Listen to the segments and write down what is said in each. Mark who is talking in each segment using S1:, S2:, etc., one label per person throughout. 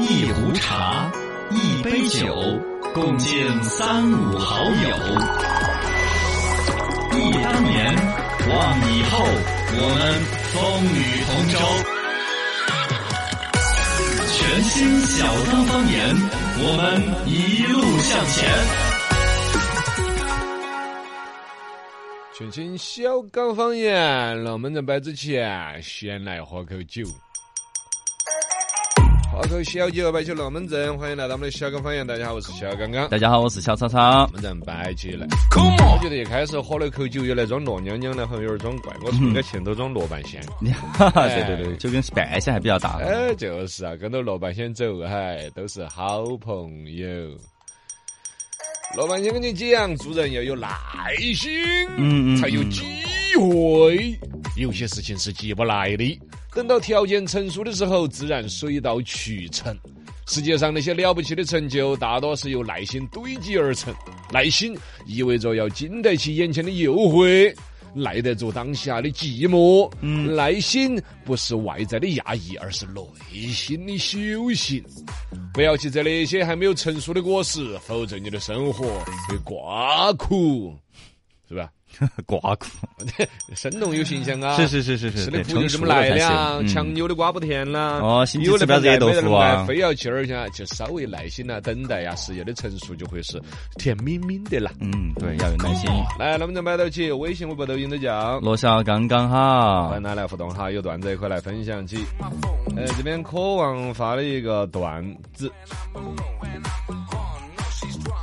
S1: 一壶茶，一杯酒，共敬三五好友。忆当年，望以后，我们风雨同舟。全新小刚方言，我们一路向前。
S2: 全新小刚方言，龙门阵摆之前，先来喝口酒。喝口小酒，摆起龙门阵，欢迎来到我们的小刚方言。大家好，我是小刚刚。
S3: 大家好，我是小超超。
S2: 龙门阵摆起来。我觉得一开始喝了口酒，有点装老娘娘的，好像有点装怪。我
S3: 嗯
S2: 从个前头装罗半仙。
S3: 你哈哈，
S1: 哎
S3: 对对对，就跟半仙还比较搭。
S2: 哎，就是啊，跟着罗半仙走，嗨，都是好朋友。罗半仙跟你讲，做人要有耐心，
S3: 嗯嗯
S2: 才有机会。有些事情是急不来的，等到条件成熟的时候，自然水到渠成。世界上那些了不起的成就，大多是由耐心堆积而成。耐心意味着要经得起眼前的诱惑，耐得住当下的寂寞。
S3: 嗯
S2: 耐心不是外在的压抑，而是内心的修行。不要去摘那些还没有成熟的果实，否则你的生活会瓜苦，是吧？
S3: 瓜苦，
S2: 生动有形象啊！
S3: 是。是是是
S2: 吃
S3: 是，
S2: 的
S3: 对，
S2: 苦就
S3: 成
S2: 这
S3: 熟
S2: 么
S3: 了
S2: 来
S3: 才
S2: 的啊，
S3: 行。
S2: 强
S3: 嗯
S2: 扭的瓜不甜啦。
S3: 哦心急
S2: 有
S3: 吃
S2: 的
S3: 不了热豆腐啊
S2: 非要去那儿去，就稍微耐心啊，等待啊，事业的成熟就会是甜蜜蜜的啦。
S3: 嗯，对，要有耐心。
S2: 来，那么就买到起，微信、微博、抖音都讲。
S3: 罗小刚刚
S1: 啊
S3: 好
S2: 来，拿来互动哈，有段子也可以来分享起。呃，这边渴望发了一个段子。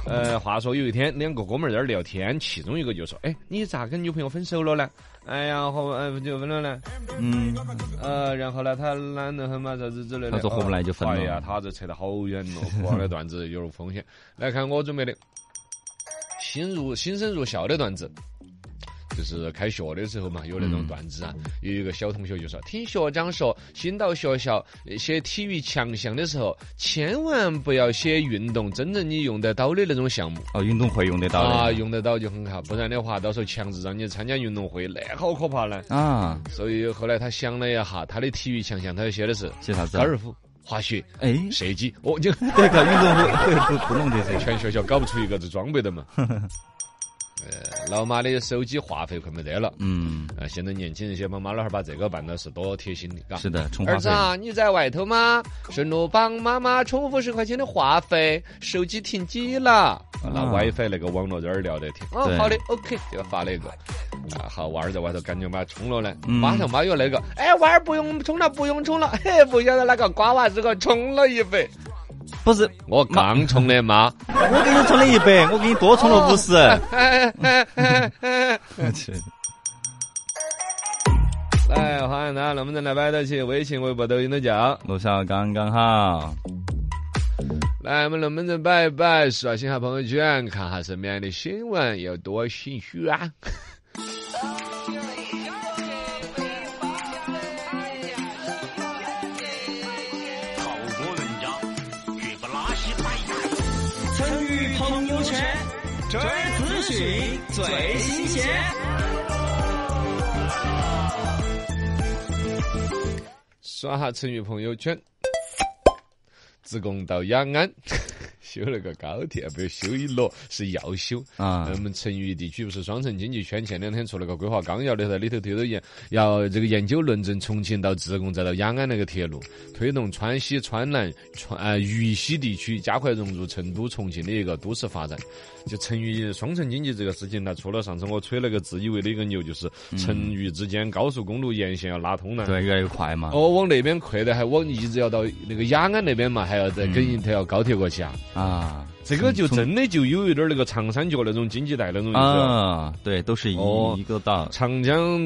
S2: 呃，话说有一天，两个哥们儿在那儿聊天，其中一个就说：“哎，你咋跟女朋友分手了呢？”哎呀，和呃就分了呢。
S3: 嗯，
S2: 呃，然后呢，他懒得很嘛，啥子之类的。
S3: 他说合不来就分了
S2: 哎呀，他这扯得好远哦，我的段子有点风险。来看我准备的，新入新生入校的段子。就是开学的时候嘛，有那种
S3: 嗯
S2: 段子啊，有一个小同学就说：“听学长说，新到学校呃写体育强项的时候，千万不要写运动真正你用得到的那种项目。”
S3: 哦，运动会用得到
S2: 啊，
S3: 的
S2: 用得到就很好，不然的话，到时候强制让你参加运动会，那好可怕呢。
S3: 啊，
S2: 所以后来他想了一下，他的体育强项，他写的是
S3: 写啥子
S2: 高
S3: 啊？
S2: 尔夫、滑雪、
S3: 哎，
S1: 嗯
S2: 射击。哦，就
S3: 对个，运动会会不不弄这些。
S2: 全学校搞不出一个这装备的嘛。呃，老妈的手机话费快没得了。
S3: 嗯，
S2: 啊，现在年轻人些帮妈老汉儿把这个办到是多贴心的，嘎。
S3: 是的，充话
S2: 儿子
S3: 费。
S2: 啊，你在外头吗？顺路帮妈妈充五十块钱的话费，手机停机了。啊那 WiFi 那个网络在那儿聊得挺。哦，
S3: 对
S2: 好的，OK，就发了一个。啊，好，娃儿在外头赶紧把它充了呢，
S3: 嗯
S2: 马上妈又那个，哎，娃儿不用充了，不用充了， 嘿，不晓得哪个瓜娃子给我充了一百，
S3: 不是，
S2: 我刚充的 妈，
S3: 我给你充了一百，我给你多充了五 十。
S2: 哎哎哎哎
S3: 切
S2: 来，欢迎大家能不能来摆到起微信、微博、抖音都讲。
S3: 罗小刚刚好。
S2: 来，我们能不能摆一摆，刷新下朋友圈，看下身边的新闻有多新鲜、啊？
S1: 好多文章，也不拉稀败参与朋友圈，追资讯最新鲜。
S2: 刷下成语朋友圈。自贡到雅安， 修了个高铁，不是修一摞，是要修。
S3: 啊
S2: 呃我们成渝地区不是双城经济圈？前两天出了个规划纲要的，它里头提到研要这个研究论证重庆到自贡再到雅安那个铁路，推动川西、川南、川呃渝西地区加快融入成都、重庆的一个都市发展。就成渝双城经济这个事情呢，除了上次我吹了个自以为的一个牛，就是成渝之间高速公路沿线要拉通了。
S3: 嗯对，越来越快嘛。
S2: 哦，往那边扩的，还往一直要到那个雅安那边嘛，还要再跟一条高铁过去啊。
S3: 啊，
S2: 这个就
S3: 嗯从
S2: 真的就有一点儿那个长三角那种经济带那种意思了。
S3: 啊，对，都是一
S2: 哦
S3: 一个道。
S2: 长江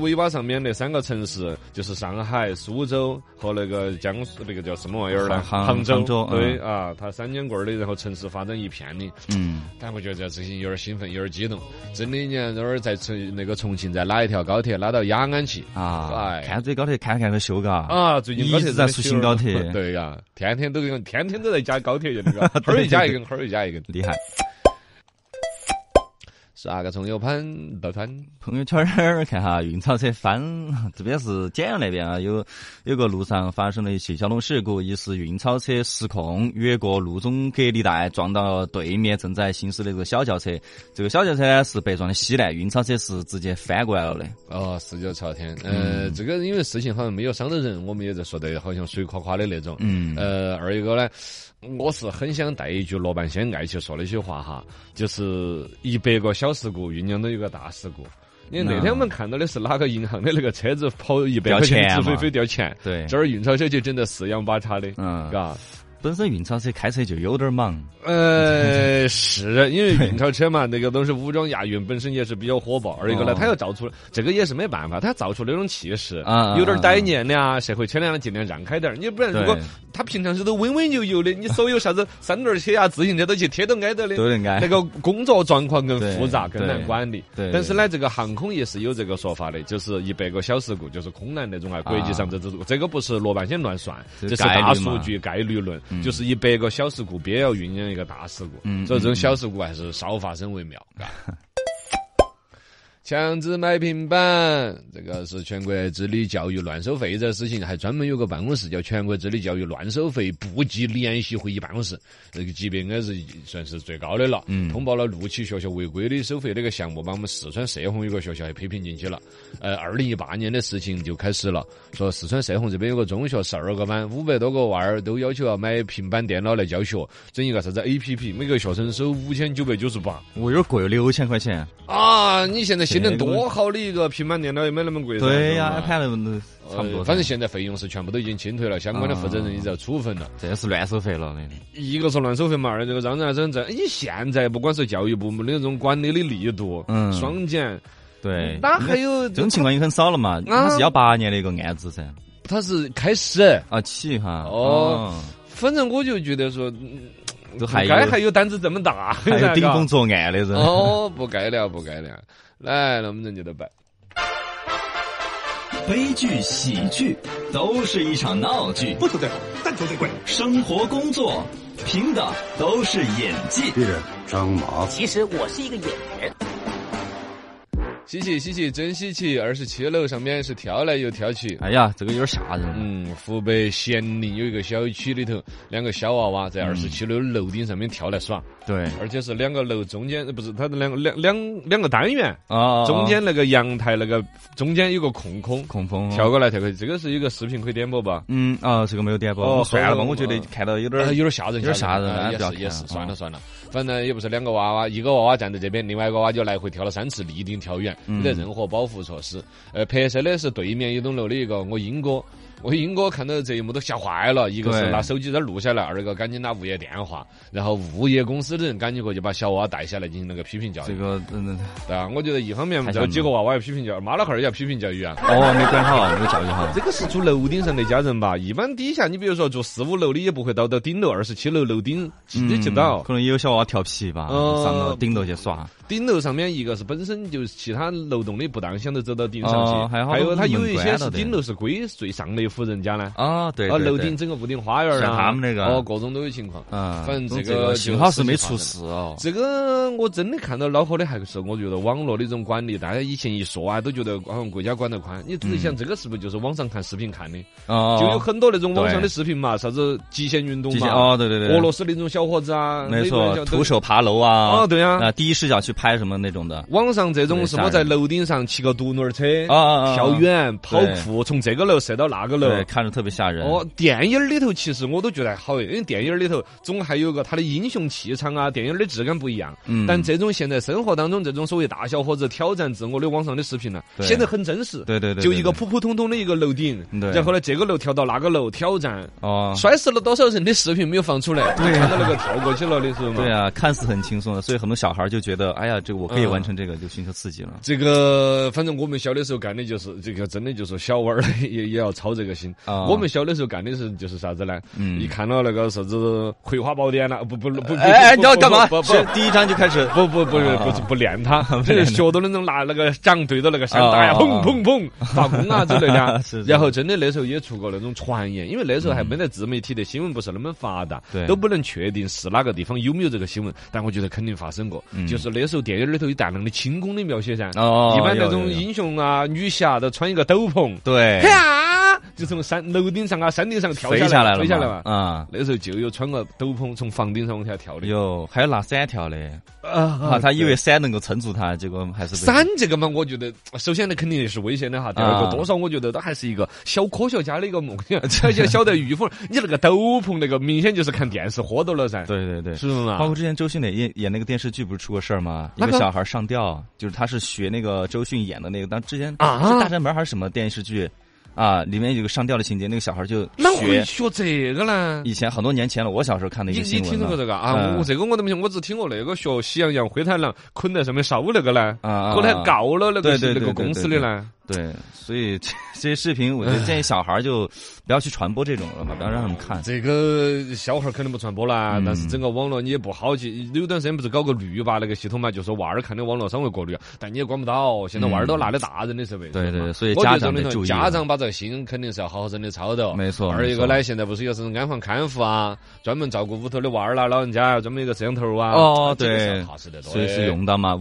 S2: 尾巴上面那三个城市，就是上海、苏州和那个江苏那个叫什么玩意儿呢？
S3: 杭
S2: 杭州。
S3: 杭州
S2: 对啊，它三尖棍儿的，然后城市发展一片的。
S3: 嗯，
S2: 但我觉得这事情有点兴奋，有点激动。真的，你看那会儿在重那个重庆再拉一条高铁拉到雅安去
S3: 啊
S2: 哎，
S3: 看这高铁看看都修嘎，
S2: 啊！最近高铁
S3: 一直
S2: 真
S3: 在
S2: 的
S3: 出
S2: 修
S3: 新高
S2: 了
S3: 铁
S2: 对呀、天天都跟天 天都在加高铁，就那个，哈儿一加一根，哈儿一加一根。
S3: 厉害。
S2: 啥啊个葱油盘豆摊，
S3: 朋友圈儿看哈，运钞车翻， 这边是简阳那边啊，有有个路上发生了一起交通事故，疑似运钞车失控越过路中隔离带，撞到对面正在行驶的这个小轿车。这个小轿车呢是被撞的稀烂，运钞车是直接翻过来了的。
S2: 哦，四脚朝天。
S3: 嗯
S2: 呃，这个因为事情好像没有伤到人，我们也在说的好像水垮垮的那种。
S3: 嗯，
S2: 呃，二一个呢，我是很想带一句罗半仙爱去说那些话哈，就是一百个小事故酝酿到一个大事故。因为那天我们看到的是哪个银行的那个车子跑一百块钱
S3: 掉钱
S2: 直
S3: 嘛
S2: 飞飞掉钱，
S3: 对，
S2: 这儿运钞车就整得四仰八叉的，
S3: 嗯，
S2: 嘎。
S3: 本身运钞车开车就有点忙，
S2: 呃，是因为运钞车嘛，那个东西武装亚运本身也是比较火爆，而一个呢，
S3: 哦
S2: 他要造出这个也是没办法，他造出那种气势
S3: 啊啊，
S2: 有点儿歹念的啊，社会圈呢尽量让开点儿，你不然如果
S3: 对
S2: 他平常时都温温柔柔的，你所有啥子三轮车啊、自行车都去贴都挨到的，
S3: 都应该
S2: 那个工作状况更
S3: 对
S2: 复杂，更难
S3: 对
S2: 管理。
S3: 对
S2: 但是呢，这个航空也是有这个说法的，就是一百个小事故就是空难那种啊，国际上这这这个不是罗半仙乱算，
S3: 这
S2: 这
S3: 是
S2: 是
S3: 概率
S2: 大数
S3: 嘛
S2: 据概率论，就是一百个小事故必要酝酿一个大事故，
S3: 嗯
S2: 所以这种小事故还是少发生为妙。嘎强制买平板，这个是全国治理教育乱收费这事情，还专门有个办公室叫全国治理教育乱收费部级联席会议办公室，这个级别应该是算是最高的了。
S3: 嗯
S2: 通报了六七学校违规的收费这个项目，把我们四川社红有个学校还批评进去了。呃，二零一八年的事情就开始了，说四川社红这边有个中学十二个班，五百多个娃儿都要求要买平板电脑来教学，整一个啥子 APP，每个学生收五千九百九十八。
S3: 我有点贵，六千块钱。
S2: 啊！你现在性能多好的一个平板电脑也没那么贵噻，
S3: 对
S2: 是
S3: 呀、
S2: 吧
S3: i p a d 差不多。啊
S2: 呃反正现在费用是全部都已经清退了，相关的负责人也在处分了。
S3: 这是乱收费了的。
S2: 一个是乱收费嘛，二这个嚷嚷整整。你哎现在不管是教育部门的那种管理的力度，
S3: 嗯
S2: 双减，
S3: 对，
S2: 嗯那嗯还有
S3: 这种情况也很少了嘛。它是幺八年的一个案子噻。
S2: 他是开始，
S3: 啊，起哈。
S2: 哦，反正我就觉得说，嗯
S3: 都还有
S2: 该还有胆子这么大，
S3: 还有顶
S2: 嘎
S3: 风作案 的人。
S2: 哦，不该了，不该了。来，那我们人就得摆。
S1: 悲剧、喜剧都是一场闹剧，不求最好，但求最贵。生活、工作，凭的都是演技。
S4: 这人张麻子。
S5: 其实我是一个演员。
S2: 稀奇稀奇，真稀奇！二十七楼上面是跳来又跳去，
S3: 哎呀，这个有点吓人。
S2: 嗯，湖北咸宁有一个小区里头，两个小娃娃在二十七楼楼顶上面跳来耍，
S3: 对。
S2: 而且是两个楼中间，呃不是它的两个两两两个单元，
S3: 啊，
S2: 中间那个阳台那个中间有个空空，
S3: 控风
S2: 跳。过来跳过去，这个是一个视频可以点播吧？
S3: 嗯啊，这个没有点播，
S2: 哦
S3: 我算了吧，
S2: 好的
S3: 我觉得看到有点
S2: 呃
S3: 儿
S2: 有点吓人，
S3: 嗯有点吓人
S2: 啊
S3: 哎
S2: 也
S3: 不要
S2: 是
S3: 看
S2: 也是，
S3: 啊
S2: 算了算了，反正也不是两个娃娃，一个娃娃站在这边，另外一个娃娃就来回跳了三次立定跳远，
S3: 嗯
S2: 没得任何保护措施。呃，拍摄的是对面一栋楼的一个我英哥。我英哥看到这一幕都吓坏了，一个是
S3: 对
S2: 拿手机在那儿录下来，二个赶紧打物业电话，然后物业公司的人赶紧过去把小娃带下来进行那个批评教
S3: 这
S2: 育，
S3: 个嗯，嗯
S2: 对啊，我觉得一方面
S3: 太吓
S2: 这
S3: 人了
S2: 几个娃娃要批评教育，妈老汉儿也要批评教育啊，
S3: 哦，没管好，没有教育 好。
S2: 这个是住楼顶上的家人吧？一般底下，你比如说住四五楼的，也不会到到顶楼二十七楼楼顶直接去到。
S3: 嗯可能也有小娃娃调皮吧，
S2: 哦
S3: 上到顶楼去耍。
S2: 顶楼上面一个是本身就是其他楼栋的不当想都走到顶上去，
S3: 哦还好
S2: 有
S3: 都
S2: 它
S3: 是
S2: 有
S3: 门
S2: 一些
S3: 关
S2: 是
S3: 了的
S2: 顶楼是归最上的一户人家呢。
S3: 啊，对，
S2: 啊，
S3: 对
S2: 楼
S3: 对
S2: 顶整个屋顶花园啊，
S3: 像他们那个
S2: 哦，各种都有情况。
S3: 嗯，
S2: 反正这
S3: 这
S2: 个
S3: 幸好是没
S2: 就
S3: 出
S2: 是
S3: 事哦。
S2: 这个我真的看到恼火的，还是我觉得网络的这种管理，大家以前一说啊，都觉得好像国家管得宽。你仔细想，这个是不是就是网上看视频看的？
S3: 嗯哦，
S2: 就有很多那种网上的
S3: 对
S2: 视频嘛，啥子极限运动
S3: 极限
S2: 嘛，
S3: 哦，对对对，
S2: 俄罗斯那种小伙子啊，
S3: 没
S2: 美国人
S3: 错，
S2: 小
S3: 徒手爬楼啊，
S2: 哦对啊
S3: 啊，第一视角去拍什么那种的，
S2: 网上这种
S3: 对
S2: 什么
S3: 吓
S2: 在
S3: 人
S2: 楼顶上骑个独轮车
S3: 啊啊啊啊
S2: 跳远、跑
S3: 对
S2: 酷，从这个楼射到那个楼。
S3: 对，看着特别吓人。
S2: 哦，电影儿里头其实我都觉得还好，因为电影儿里头总还有个他的英雄气场啊，电影儿的质感不一样。
S3: 嗯
S2: 但这种现在生活当中这种所谓大小伙子挑战自我的网上的视频呢，啊
S3: 对
S2: 显得很真实。
S3: 对对对对
S2: 就一个普普通通的一个楼顶，
S3: 对
S2: 然后呢，这个楼跳到那个楼挑战，
S3: 哦，
S2: 摔死了多少人的视频没有放出来？对、看到那个跳过去了的时候嘛。
S3: 对啊，看似很轻松的，所以很多小孩就觉得，哎呀，这个我可以完成这个，就寻求刺激了。
S2: 这个反正我们小的时候干的就是这个，真的就是小娃儿 也也要操这个个心。
S3: 啊
S2: 我们小的时候干的是就是啥子呢？
S3: 嗯
S2: 一看到那个啥子《葵花宝典》了，不不不不，
S3: 哎哎，
S2: 不
S3: 你要干嘛？
S2: 不不
S3: 是第一章就开始。
S2: 不不不不
S3: 啊
S2: 不不不练 它，就是学到那种拿那个掌对着那个山打呀，
S3: 啊啊
S2: 砰
S3: 啊
S2: 砰砰发功啊之类的啊
S3: 是。是嗯
S2: 然后真的那时候也出过那种传言，因为那时候还没得自媒体的新闻不是那么发达
S3: 对，
S2: 都不能确定是哪个地方有没有这个新闻，但我觉得肯定发生过。就是那时候电影里头有大量的轻功的描写噻，
S3: 嗯哦
S2: 一般那
S3: 有
S2: 种
S3: 有有
S2: 英雄啊、女侠都穿一个斗篷，
S3: 对
S2: 嘿，啊，就从山楼顶上啊、山顶上跳
S3: 飞
S2: 下
S3: 来了，
S2: 飞下来
S3: 嘛
S2: 嘛。
S3: 啊。
S2: 那时候就有穿个斗篷从房顶上往下跳的。
S3: 有，还有拿伞跳的，
S2: 啊
S3: 啊，他以为伞能够撑住他，结果还是被
S2: 伞这个嘛，我觉得首先呢肯定是危险的哈，第二
S3: 啊
S2: 个多少我觉得它还是一个小科学家的一个梦想， 而且晓得御风，你那个斗篷那个明显就是看电视喝到了噻，
S3: 对对对，
S2: 是吗？
S3: 包括之前周迅演演演那个电视剧，不是出过事儿吗？一
S2: 那
S3: 啊个
S2: 个
S3: 小孩上吊，就是他是学那个周迅演的那个，当之前
S2: 啊
S3: 是大宅门还是什么电视剧啊？里面有个上吊的情节，那个小孩就
S2: 哪会学
S3: 学
S2: 这个呢？
S3: 以前很多年前了，我小时候看的一
S2: 你
S3: 个
S2: 你
S3: 新闻
S2: 听
S3: 嘛
S2: 说过这个啊？
S3: 嗯
S2: 我这个我都没听，我只听过那个学喜羊羊、灰太狼捆在上面烧那个呢，
S3: 啊啊，
S2: 后来
S3: 啊
S2: 告了那个
S3: 对对
S2: 那
S3: 对
S2: 个
S3: 对
S2: 公司的
S3: 对
S2: 呢。
S3: 对，所以 这这些视频，我就建议小孩儿就不要去传播这种了吧，不要让他们看。
S2: 这个小孩儿肯定不传播啦，
S3: 嗯
S2: 但是整个网络你也不好去。有段时间不是搞个绿吧那个系统嘛，就说娃儿看的网络稍微过滤，但你也管不到。现在娃儿都拿的大人的设备，
S3: 嗯对
S2: 是吧
S3: 对对所以
S2: 我觉
S3: 家
S2: 得
S3: 长
S2: 这种
S3: 得注意
S2: 家
S3: 了
S2: 长把这个心肯定是要好好生的操的。
S3: 没错
S2: 二一
S3: 没
S2: 个
S3: 错
S2: 呢，现在不是有啥子安防看护啊，专门照顾屋头的娃儿啦、老人家啊，专门有个摄像头啊。
S3: 哦
S2: 这个是
S3: 对
S2: 要踏实得多
S3: 所
S2: 的。
S3: 以是用到嘛，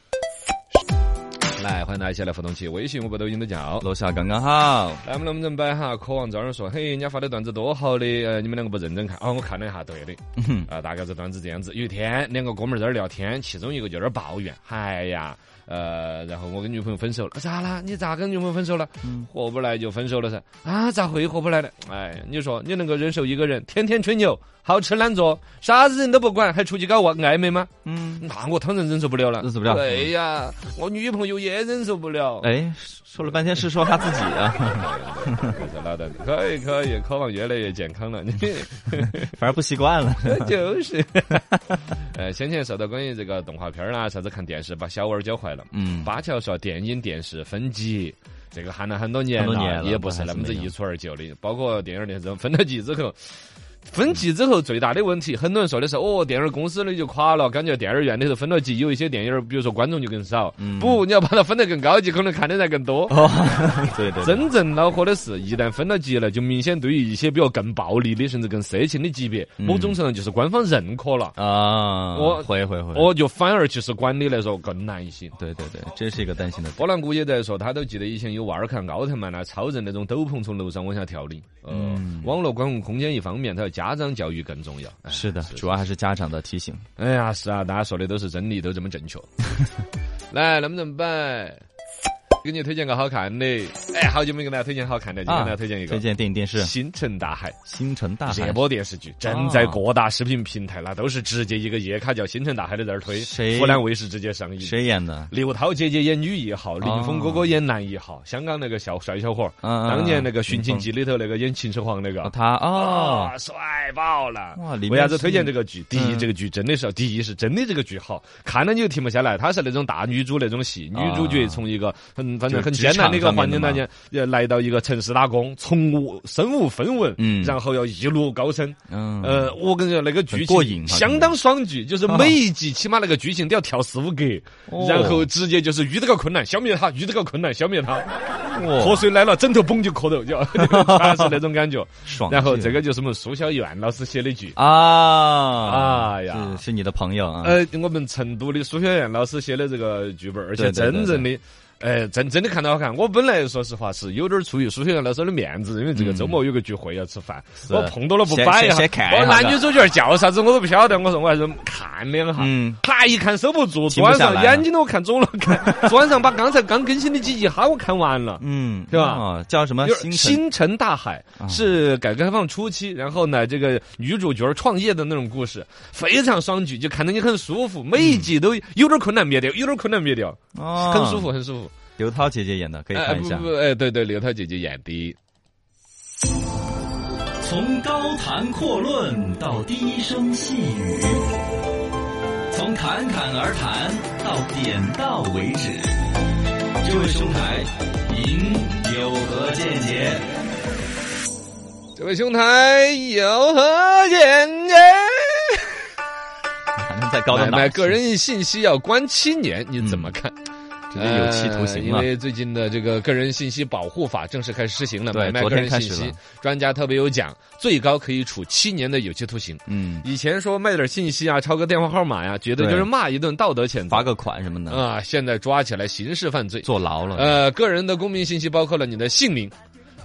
S2: 来，欢迎大家一起来互动起，微信我把抖音都叫。
S3: 楼下刚刚好。
S2: 来，我们能不能摆哈？渴望这儿说，嘿，人家发的段子多好的，呃，你们两个不认真看啊、我看了一下，对的，
S3: 嗯
S2: 啊、大概这段子这样子。有一天，两个哥们儿在那儿聊天，其中一个就在那儿抱怨，哎呀，呃，然后我跟女朋友分手了，咋啦？你咋跟女朋友分手了？
S3: 嗯
S2: 合不来就分手了噻？啊，咋会合不来呢？哎，你说你能够忍受一个人天天吹牛、好吃懒做、啥子人都不管，还出去搞暧昧吗？
S3: 嗯，
S2: 那我当然忍受不了了，
S3: 忍受不了
S2: 对呀，我女朋友也忍受不了。
S3: 哎，说了半天是说他自己 啊，
S2: 小老的，可以可以，渴望越来越健康了，你
S3: 反正不习惯了。
S2: 就是。呃，先前说到关于这个动画片儿啦，啥子看电视把小娃儿教坏了。
S3: 嗯，
S2: 巴乔说电影电视分级，这个喊了很多年
S3: 很多年
S2: 了，
S3: 了
S2: 也不是
S3: 还
S2: 那
S3: 是
S2: 么子
S3: 没有
S2: 一蹴而就的。包括电影电视分了级之后。分级之后最大的问题，很多人说的是哦，电影公司的就垮了，感觉电影院里头分了级，有一些电影儿，比如说观众就更少。
S3: 嗯
S2: 不，你要把它分得更高级，可能看的人更多。
S3: 哦，对对，对
S2: 真正恼火的是，一旦分了级了，就明显对于一些比较更暴力的，甚至更色情的级
S3: 嗯
S2: 别，某种程度就是官方认可了，
S3: 啊，
S2: 我
S3: 回回回，
S2: 哦，就反而其实管理来说更难一些。
S3: 对对对，这是一个担心的点。
S2: 波兰姑也在说，他都记得以前有娃儿看奥特曼啦、超啊人那种斗篷从楼上往下跳的。呃，
S3: 嗯
S2: 网络管控空间一方面，他说家长教育更重要。哎
S3: 是的，主要还是家长的提醒。
S2: 哎呀，是啊，大家说的都是真理，都这么正 确。来，能不能摆？给你推荐个好看的。哎，好久没给大家推荐好看的，今天给大家推荐一个。
S3: 啊推荐电影电视《
S2: 星辰大海，
S3: 星辰大海》
S2: 热播电视
S3: 啊
S2: 剧正在各大视频平台那都是直接一个夜卡叫《星辰大海》的在那儿推，
S3: 谁
S2: 湖南卫视直接上映。
S3: 谁哦演的？
S2: 刘涛姐姐演女一号，林峰哥哥演男一号，香港那个小帅小伙儿，
S3: 啊
S2: 当年那个《寻秦记》里头那个演秦始皇那个
S3: 哦，。他哦
S2: 啊，，帅爆了！
S3: 哇里面
S2: 为啥子
S3: 是嗯
S2: 推荐这个剧？第一，这个剧真的是，第一是真的这个剧好，看了你就停不下来。它是那种大女主那种戏，女主
S3: 哦
S2: 角从一个很反正很艰难的一个环境当中，呃来到一个城市打工，从无身无分文，
S3: 嗯
S2: 然后要一路高升。
S3: 嗯，
S2: 呃，我跟你说，那个剧
S3: 很
S2: 情
S3: 过瘾啊
S2: 相当爽剧，就是每一集起码那个剧情都要跳四五格，
S3: 啊哦
S2: 然后直接就是遇到个困难消灭它，遇到个困难消灭它，
S3: 哇
S2: 河，水来了枕头崩就磕头，就 全是那种感觉。
S3: 爽
S2: 然后
S3: 剧
S2: 这个就是我们苏小燕老师写的剧。
S3: 啊
S2: 哎呀
S3: 是是你的朋友啊，
S2: 呃，我们成都的苏小燕老师写的这个剧本，而且
S3: 对对对
S2: 真正的，哎，真真的看到好看。我本来说实话是有点儿出于苏小燕老师的面子，因为这个周末有个聚会要吃饭，我碰到了不
S3: 先
S2: 摆一
S3: 先
S2: 下
S3: 先看，一
S2: 我
S3: 下
S2: 男
S3: 子
S2: 女主角叫啥子我都不晓得，我说我还是看两下
S3: 嗯，
S2: 啪一看收不住，
S3: 停
S2: 昨
S3: 不
S2: 晚
S3: 下
S2: 上
S3: 来啊
S2: 眼睛都看肿了，看 昨晚上把刚才刚更新的几集哈我看完了。
S3: 嗯，
S2: 是吧
S3: 哦叫什么
S2: 就是
S3: 星辰？啊
S2: 星辰大海是改革开放初期，然后呢，这个女主角创业的那种故事，非常双举，就看得你很舒服，每一集都有点困难灭掉，有点困难灭掉，
S3: 哦
S2: 很舒。服，很舒服。
S3: 刘涛姐姐演的，可以
S2: 哎，
S3: 看一
S2: 不
S3: 下。
S2: 不，哎，对对，刘涛姐姐演的。
S1: 从高谈阔论到低声细语，从侃侃而谈到点到为止。这位兄台，您有何见解？
S2: 这位兄台有何见解？
S3: 还能再高到
S2: 买
S3: 哪
S2: 卖
S3: 儿去？
S2: 个人信息要关七年，你怎么看？
S3: 直接有期徒刑了
S2: 呃因。为最近的这个个人信息保护法正式开始施行了，
S3: 对
S2: 买卖
S3: 昨
S2: 个
S3: 天
S2: 人
S3: 开
S2: 信
S3: 始
S2: 息
S3: 了，
S2: 专家特别有讲，最高可以处七年的有期徒刑。
S3: 嗯，
S2: 以前说卖点信息啊，抄个电话号码呀、觉得
S3: 对
S2: 就是骂一顿道德谴责
S3: 罚个款什么的，
S2: 啊、现在抓起来刑事犯罪。
S3: 坐牢了。
S2: 呃，个人的公民信息包括了你的姓名、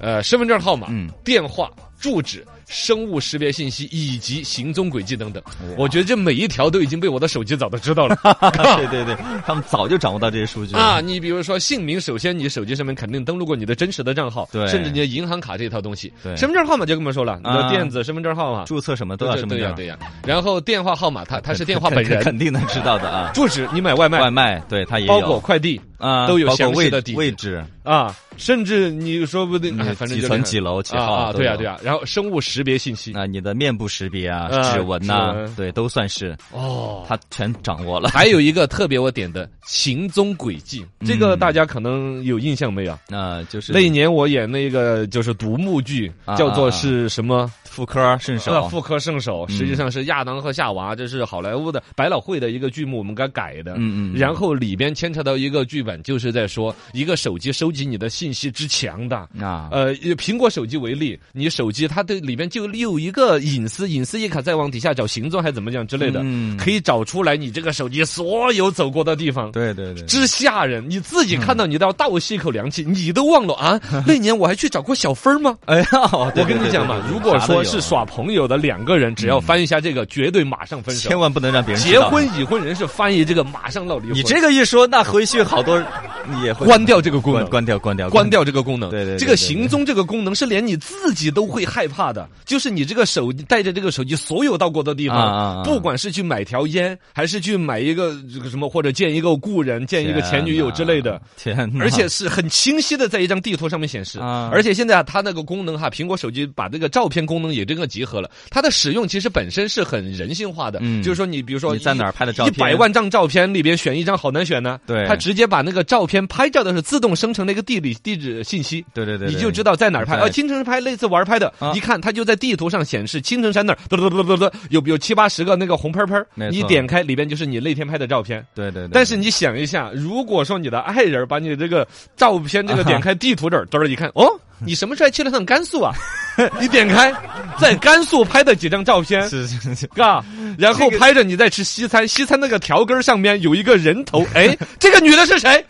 S2: 呃身份证号码、
S3: 嗯
S2: 电话、住址、生物识别信息以及行踪轨迹等等。我觉得这每一条都已经被我的手机早都知道 了。
S3: 对对对，他们早就掌握到这些数据了。
S2: 啊，你比如说姓名，首先你手机上面肯定登录过你的真实的账号，
S3: 对
S2: 甚至你的银行卡这一套东西，
S3: 对
S2: 身份证号码就这么说了，你
S3: 啊
S2: 的电子身份证号码，
S3: 注册什么都
S2: 对
S3: 要
S2: 对
S3: 什么
S2: 对
S3: 证
S2: 呀
S3: 儿
S2: 对呀，然后电话号码，他他是电话本
S3: 肯
S2: 人，
S3: 肯定能知道的啊。
S2: 住址你买外
S3: 外
S2: 卖、
S3: 卖对他也
S2: 包裹、
S3: 有
S2: 快递
S3: 啊，
S2: 都有
S3: 包括
S2: 详细
S3: 位
S2: 的地址
S3: 位置，
S2: 啊，甚至你说不定，哎
S3: 嗯
S2: 反正
S3: 几
S2: 就
S3: 层
S2: 是
S3: 几楼几
S2: 啊
S3: 号
S2: 啊，对呀
S3: 呀
S2: 对
S3: 呀。
S2: 呀，然后生物识别信息，
S3: 那你的面部识别啊
S2: 啊、
S3: 指纹呐
S2: 指纹，啊
S3: 对，都算是
S2: 哦。
S3: 他全掌握了。
S2: 还有一个特别我点的行踪轨迹，这个大家可能有印象没有？
S3: 那就是
S2: 那一年我演那个就是独幕剧
S3: 啊，
S2: 叫
S3: 啊啊
S2: 做是什么？嗯
S3: 妇科圣
S2: 呃，
S3: 手，
S2: 妇科圣手实际上是亚当和夏娃，这是好莱坞的百老汇的一个剧目，我们给它改的。
S3: 嗯嗯嗯
S2: 然后里边牵扯到一个剧本，就是在说一个手机收集你的信息之强大。
S3: 啊，
S2: 呃，以苹果手机为例，你手机它的里边就有一个隐私，隐私一卡再往底下找行踪还怎么讲之类的，
S3: 嗯
S2: 可以找出来你这个手机所有走过的地方。
S3: 对对 对，
S2: 之吓人！你自己看到你都要倒吸一口凉气，你都忘了 啊？那年我还去找过小芬儿吗？
S3: 哎呀，
S2: 我跟你讲嘛，如果说是
S3: 耍，
S2: 耍朋友的两个人，只要翻一下这个，绝对马上分
S3: 千
S2: 手。
S3: 万不能让别人知
S2: 结
S3: 道
S2: 婚。已婚人士翻译这个，马上闹离婚。
S3: 你这个一说，那回去好多你也会
S2: 关掉这个功
S3: 关
S2: 能，
S3: 关掉关掉
S2: 关。掉这个功能。
S3: 对对对
S2: 这
S3: 对
S2: 个行踪这个功能是连你自己都会害怕的，就是你这个手带着这个手机所有到过的地
S3: 啊啊啊
S2: 方，不管是去买条烟，还是去买一个这个什么，或者见一个故人、见一个前女友之类的。
S3: 天哪，
S2: 而且是很清晰的在一张地图上面显示。
S3: 嗯啊
S2: 而且现在啊，它那个功能哈，苹果手机把这个照片功能也这个集合了。它的使用其实本身是很人性化的，
S3: 嗯
S2: 就是说你比如说
S3: 你在
S2: 一
S3: 哪儿拍的照片
S2: 一百万张照片里边选一张好难选呢、
S3: 对
S2: 它直接把那个照片拍照的时候自动生成了一个地理地址信息。
S3: 对对对，对
S2: 你就知道在哪儿拍。
S3: 对
S2: 呃，青城拍那次玩拍的
S3: 啊，
S2: 一看它就在地图上显示青城山那儿，嘟嘟嘟嘟嘟嘟，有有七八十个那个红喷喷儿
S3: 没，错
S2: 你点开里边就是你那天拍的照片。
S3: 对对，对
S2: 但是你想一下，如果说你的爱人把你这个照片这个点开地图这儿，嘚儿 一看，哦，你什么时候还去了趟甘肃啊？ 你点开，在甘肃拍的几张照片，
S3: 是是是，
S2: 嘎，然后拍着你在吃西餐，西餐那个条根儿上面有一个人 头，哎，这个女的是谁？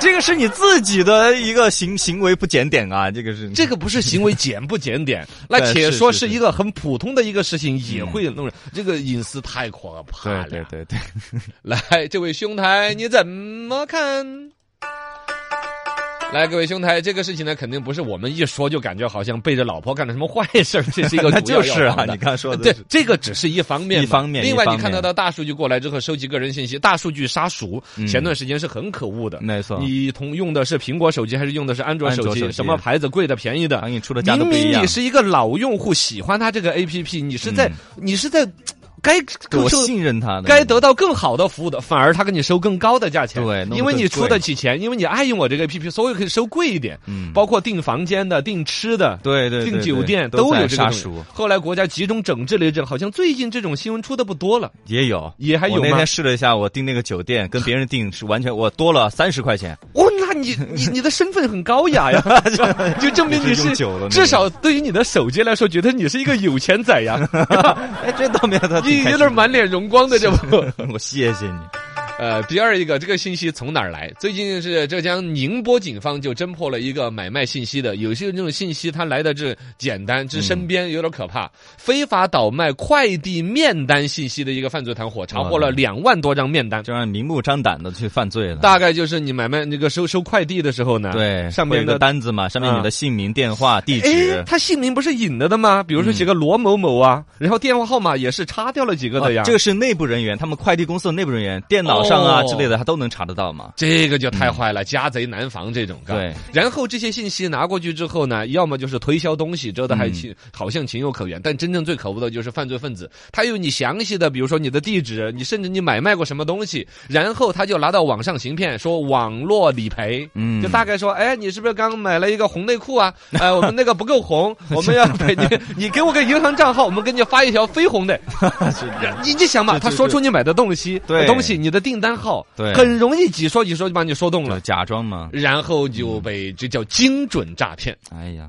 S3: 这个是你自己的一个行行为不检点啊，这个是
S2: 这个不是行为检不检 点，那
S3: 对
S2: 且
S3: 是
S2: 说
S3: 是
S2: 是嗯
S3: 是
S2: 一个很普通的一个事情，也会弄人。这个隐私太可怕
S3: 对
S2: 了。
S3: 对对对，
S2: 来，这位兄台，你怎么看？来，各位兄台，这个事情呢，肯定不是我们一说就感觉好像背着老婆干了什么坏事儿，这是一 个
S3: 那
S2: 主要
S3: 就是
S2: 要
S3: 啊，
S2: 防的
S3: 你刚才说的
S2: 对
S3: 是，
S2: 这个只是一方面嘛，
S3: 一方面
S2: 另外，
S3: 一方
S2: 你
S3: 面
S2: 看到的大数据过来之后，收集个人信息，大数据杀熟，
S3: 嗯
S2: 前段时间是很可恶的。
S3: 没错，
S2: 你同用的是苹果手机还是用的是安卓
S3: 安
S2: 手
S3: 卓
S2: 机？
S3: 手机
S2: 什么牌子贵的、便宜的？
S3: 行业出的价都
S2: 明
S3: 不一
S2: 明
S3: 样
S2: 你。是一个老用户，喜欢它这个 APP，你是在、
S3: 嗯
S2: 你是在该
S3: 我
S2: 够受
S3: 信任他的，
S2: 该得到更好的服务的，反而他给你收更高的价钱。
S3: 对弄得
S2: 因为你
S3: 更贵
S2: 出得起钱，因为你爱用我这个 APP，所以可以收贵一点，
S3: 嗯
S2: 包括订房间的、订吃的。
S3: 对对
S2: 订酒店
S3: 都
S2: 有这
S3: 在
S2: 个
S3: 杀
S2: 东西
S3: 熟，
S2: 后来国家集中整治了一阵，好像最近这种新闻出的不多了，
S3: 也有。
S2: 也还
S3: 我
S2: 有
S3: 那
S2: 吗
S3: 天？试了一下，我订那个酒店跟别人订是完全我多了三十块 钱，哎
S2: 哦，那你你你的身份很高雅 呀，就证明你
S3: 也是
S2: 是
S3: 用久了那个
S2: 至少对于你的手机来说，觉得你是一个有钱仔 呀，
S3: 哎，这倒没有他
S2: 你有点满脸荣光的这不。
S3: 我谢谢你。
S2: 呃，第二一个，这个信息从哪儿来？最近是浙江宁波警方就侦破了一个买卖信息的，有些这种信息它来的这简单，之身边有点可怕，非法倒卖快递面单信息的一个犯罪团伙，查
S3: 哦
S2: 获了两万多张面单，
S3: 就让明目张胆的去犯罪了。
S2: 大概就是你买卖那个收收快递的时候呢，
S3: 对，
S2: 上
S3: 会
S2: 面
S3: 有一个
S2: 的。嗯
S3: 单子嘛，上面你的姓名、电话、地址
S2: 哎，。他姓名不是引了的吗？比如
S3: 嗯
S2: 说写个罗某某啊，然后电话号码也是擦掉了几个的呀。
S3: 哦哦这个是内部人员，他们快递公司的内部人员，电脑上啊之类的，他都能查得到嘛。
S2: 这个就太坏了，家贼难防这种。嘎
S3: 对，
S2: 然后这些信息拿过去之后呢，要么就是推销东西，这都还
S3: 嗯
S2: 情、好像情有可原，但真正最可恶的就是犯罪分子，他有你详细的，比如说你的地址，你甚至你买卖过什么东西，然后他就拿到网上行骗，说网络理赔。
S3: 嗯，
S2: 就大概说，哎，你是不是刚买了一个红内裤 啊？哎，我们那个不够红，我们要赔你， 你给我个银行账号，我们给你发一条绯红 的。你你想嘛，他说出你买的东西，
S3: 对
S2: 东西，你的订单号，
S3: 对
S2: 很容易几说几说就把你说动
S3: 就
S2: 了，
S3: 假装嘛。
S2: 然后就被这叫精准诈骗。
S3: 哎呀，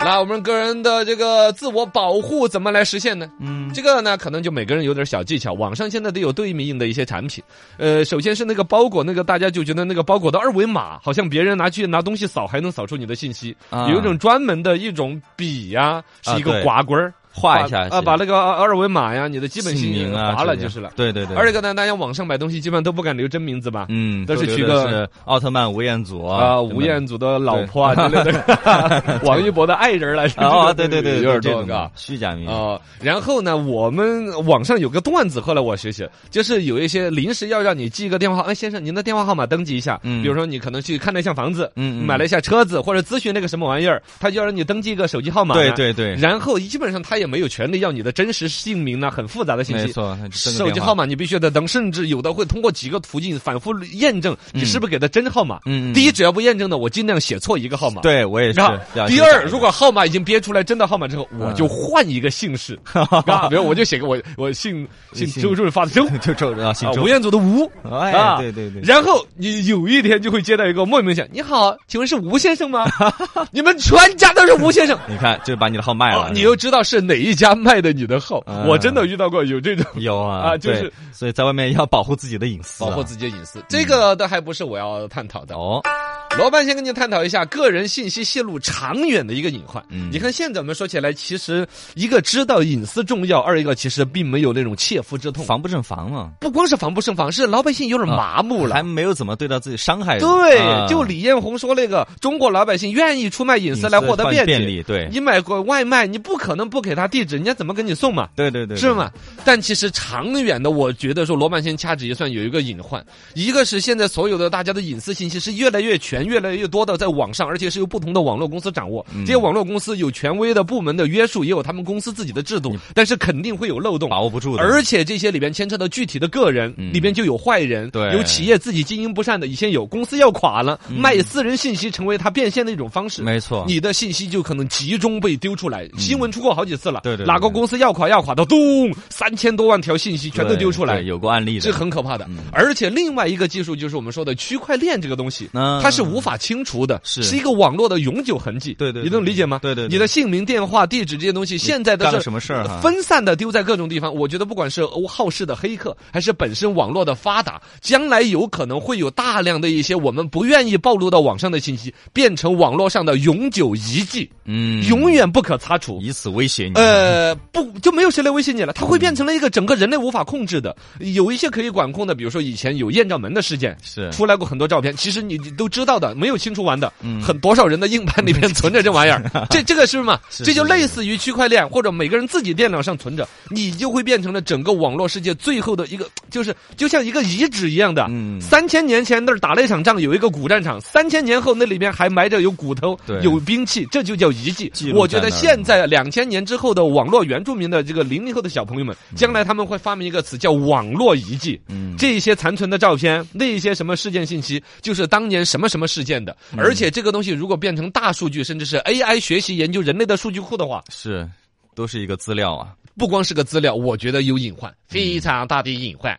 S2: 那我们个人的这个自我保护怎么来实现呢？
S3: 嗯，
S2: 这个呢，可能就每个人有点小技巧。网上现在都有对应的一些产品，呃，首先是那个包裹，那个大家就觉得那个包裹的二维码，好像别人拿去拿东西扫还能扫出你的信息。
S3: 啊
S2: 有一种专门的一种笔呀、是一
S3: 啊
S2: 个
S3: 对
S2: 刮棍儿，
S3: 画一下
S2: 啊，把那个二维码呀、你的基
S3: 基
S2: 本信息
S3: 名啊，
S2: 划了
S3: 之类的
S2: 就是了。
S3: 对对对，
S2: 二一个呢，大家网上买东西基本上都不敢留真名字吧。
S3: 嗯，
S2: 都是
S3: 觉
S2: 取
S3: 得
S2: 个
S3: 是奥特曼吴彦祖
S2: 啊，
S3: 什么
S2: 吴
S3: 的
S2: 彦祖的老婆啊之类的， 王一博的爱人来着。
S3: 啊，对对对，
S2: 有点
S3: 这
S2: 这
S3: 种
S2: 个
S3: 的。嗯虚假名，
S2: 哦，然后呢，我们网上有个段子，后来我学习，就是有一些临时要让你记一个电话号，哎，先生，您的电话号码登记一下。
S3: 嗯
S2: 比如说你可能去看了一下房子，
S3: 嗯嗯
S2: 买了一下车子，或者咨询那个什么玩意儿，他就要让你登记一个手机号码。
S3: 对。对对，
S2: 然后基本上他也没有权利要你的真实姓名呢，很复杂的信
S3: 没
S2: 息。
S3: 错，
S2: 手机号
S3: 码，
S2: 码你必须得登，甚至有的会通过几个途径反复验证你是不是给的真号码。
S3: 嗯，
S2: 第
S3: 一，
S2: 一，只要不验证的，我尽量写错一个号码。
S3: 对我也是
S2: 然后。
S3: 要
S2: 第
S3: 虚假
S2: 二，
S3: 名
S2: 如果号码已经编出来真的号码之后，我就换一个姓 氏，啊，比如我就写个我我姓姓
S3: 姓
S2: 周周润发的周。
S3: 就周啊，姓
S2: 啊，
S3: 周
S2: 吴，彦祖的吴，
S3: 哎，
S2: 啊
S3: 对对对，
S2: 然后你有一天就会接到一个莫名其妙，你好，请问是吴先生 吗？你们全家都是吴先生，
S3: 你看，就把你的号卖
S2: 哦
S3: 了，
S2: 你
S3: 是吧
S2: 又知道是哪一家卖的你的号？
S3: 啊
S2: 我真的遇到过有这种
S3: 有啊
S2: 啊就是
S3: 对所以在外面要保护自己的隐私啊，
S2: 保护自己的隐私，这个都还不是我要探讨的。
S3: 哦，
S2: 老板先跟你探讨一下个人信息泄露长远的一个隐患。
S3: 嗯
S2: 你看现在我们说起来，其实一个知道隐私重要，二一个其实并没有那种切肤之痛。
S3: 防不胜防嘛，
S2: 不光是防不胜防，是老百姓有点麻木了。
S3: 啊还没有怎么对到自己伤害人，啊
S2: 对，就李彦宏说那个，中国老百姓愿意出卖隐
S3: 隐
S2: 私来获得
S3: 换
S2: 便
S3: 便
S2: 利。，
S3: 对
S2: 你买过外卖，你不可能不给他地址，人家怎么给你送嘛？
S3: 对对对，
S2: 是吗？但其实长远的，我觉得说罗曼先掐指一算，有一个隐患，一个是现在所有的大家的隐私信息是越来越全、越来越多的在网上，而且是由不同的网络公司掌握。
S3: 嗯
S2: 这些网络公司有权威的部门的约束，也有他们公司自己的制
S3: 嗯
S2: 度，但是肯定会有漏洞。
S3: 把握不住的，
S2: 而且这些里边牵扯到具体的个人，
S3: 嗯
S2: 里边就有坏人，
S3: 对嗯
S2: 有企业自己经营不善的，以前有公司要垮了，卖私人信息成为他变现的一种方式。
S3: 没错，嗯
S2: 你的信息就可能集中被丢出来。新闻出过好几次了，
S3: 对对对
S2: 哪个公司要垮要垮到咚，三千多万条信息全都
S3: 对
S2: 丢出来
S3: 对，有过案例的
S2: 这，很可怕
S3: 嗯
S2: 的。而且另外一个技术就是我们说的区块链这个东西，
S3: 嗯
S2: 它是无法清除的，
S3: 是
S2: 一个网络的永久痕迹。
S3: 对对对
S2: 你能理解吗？
S3: 对对对
S2: 你的姓名、电话、地址这些东西，现在都
S3: 干了
S2: 是
S3: 什么事儿哈啊
S2: 分散的丢在各种地方。我觉得不管是好事的黑客，还是本身网络的发达，将来有可能会有大量的一些我们不愿意暴露到网上的信息，变成网络上的永久遗迹，
S3: 嗯，
S2: 永远不可擦除。
S3: 以此威胁你，
S2: 呃，不，就没有谁来威胁你了，它会变成了一个整个人类无法控制的。有一些可以管控的，比如说以前有艳照门的事件。
S3: 是
S2: 出来过很多照片，其实你你都知道的，没有清除完的，很多少人的硬盘里面存着这玩意儿，这这个嗯 是吗？
S3: 是
S2: 这就是类似于区块链或者每个人自己电脑上存着，你就会变成了整个网络世界最后的一个，就是就像一个遗址一样的。
S3: 嗯
S2: 三千年前那儿打了一场仗，有一个古战场，三千年后那里面还埋着有骨头
S3: 对、
S2: 有兵器，这就叫遗迹
S3: 记。录
S2: 我觉
S3: 在
S2: 得
S3: 那儿
S2: 现在两千年之后的网络原住民的这个零零后的小朋友们，将来他们会发明一个词叫网络遗迹。
S3: 嗯
S2: 这些残存的照片，那一些什么事件信息，就是当年什么什么事件的。
S3: 嗯
S2: 而且这个东西如果变成大数据，甚至是 AI 学习研究人类的数据库的话，
S3: 是都是一个资料啊。嗯
S2: 不光是个资料，我觉得有隐患，非常大的隐患。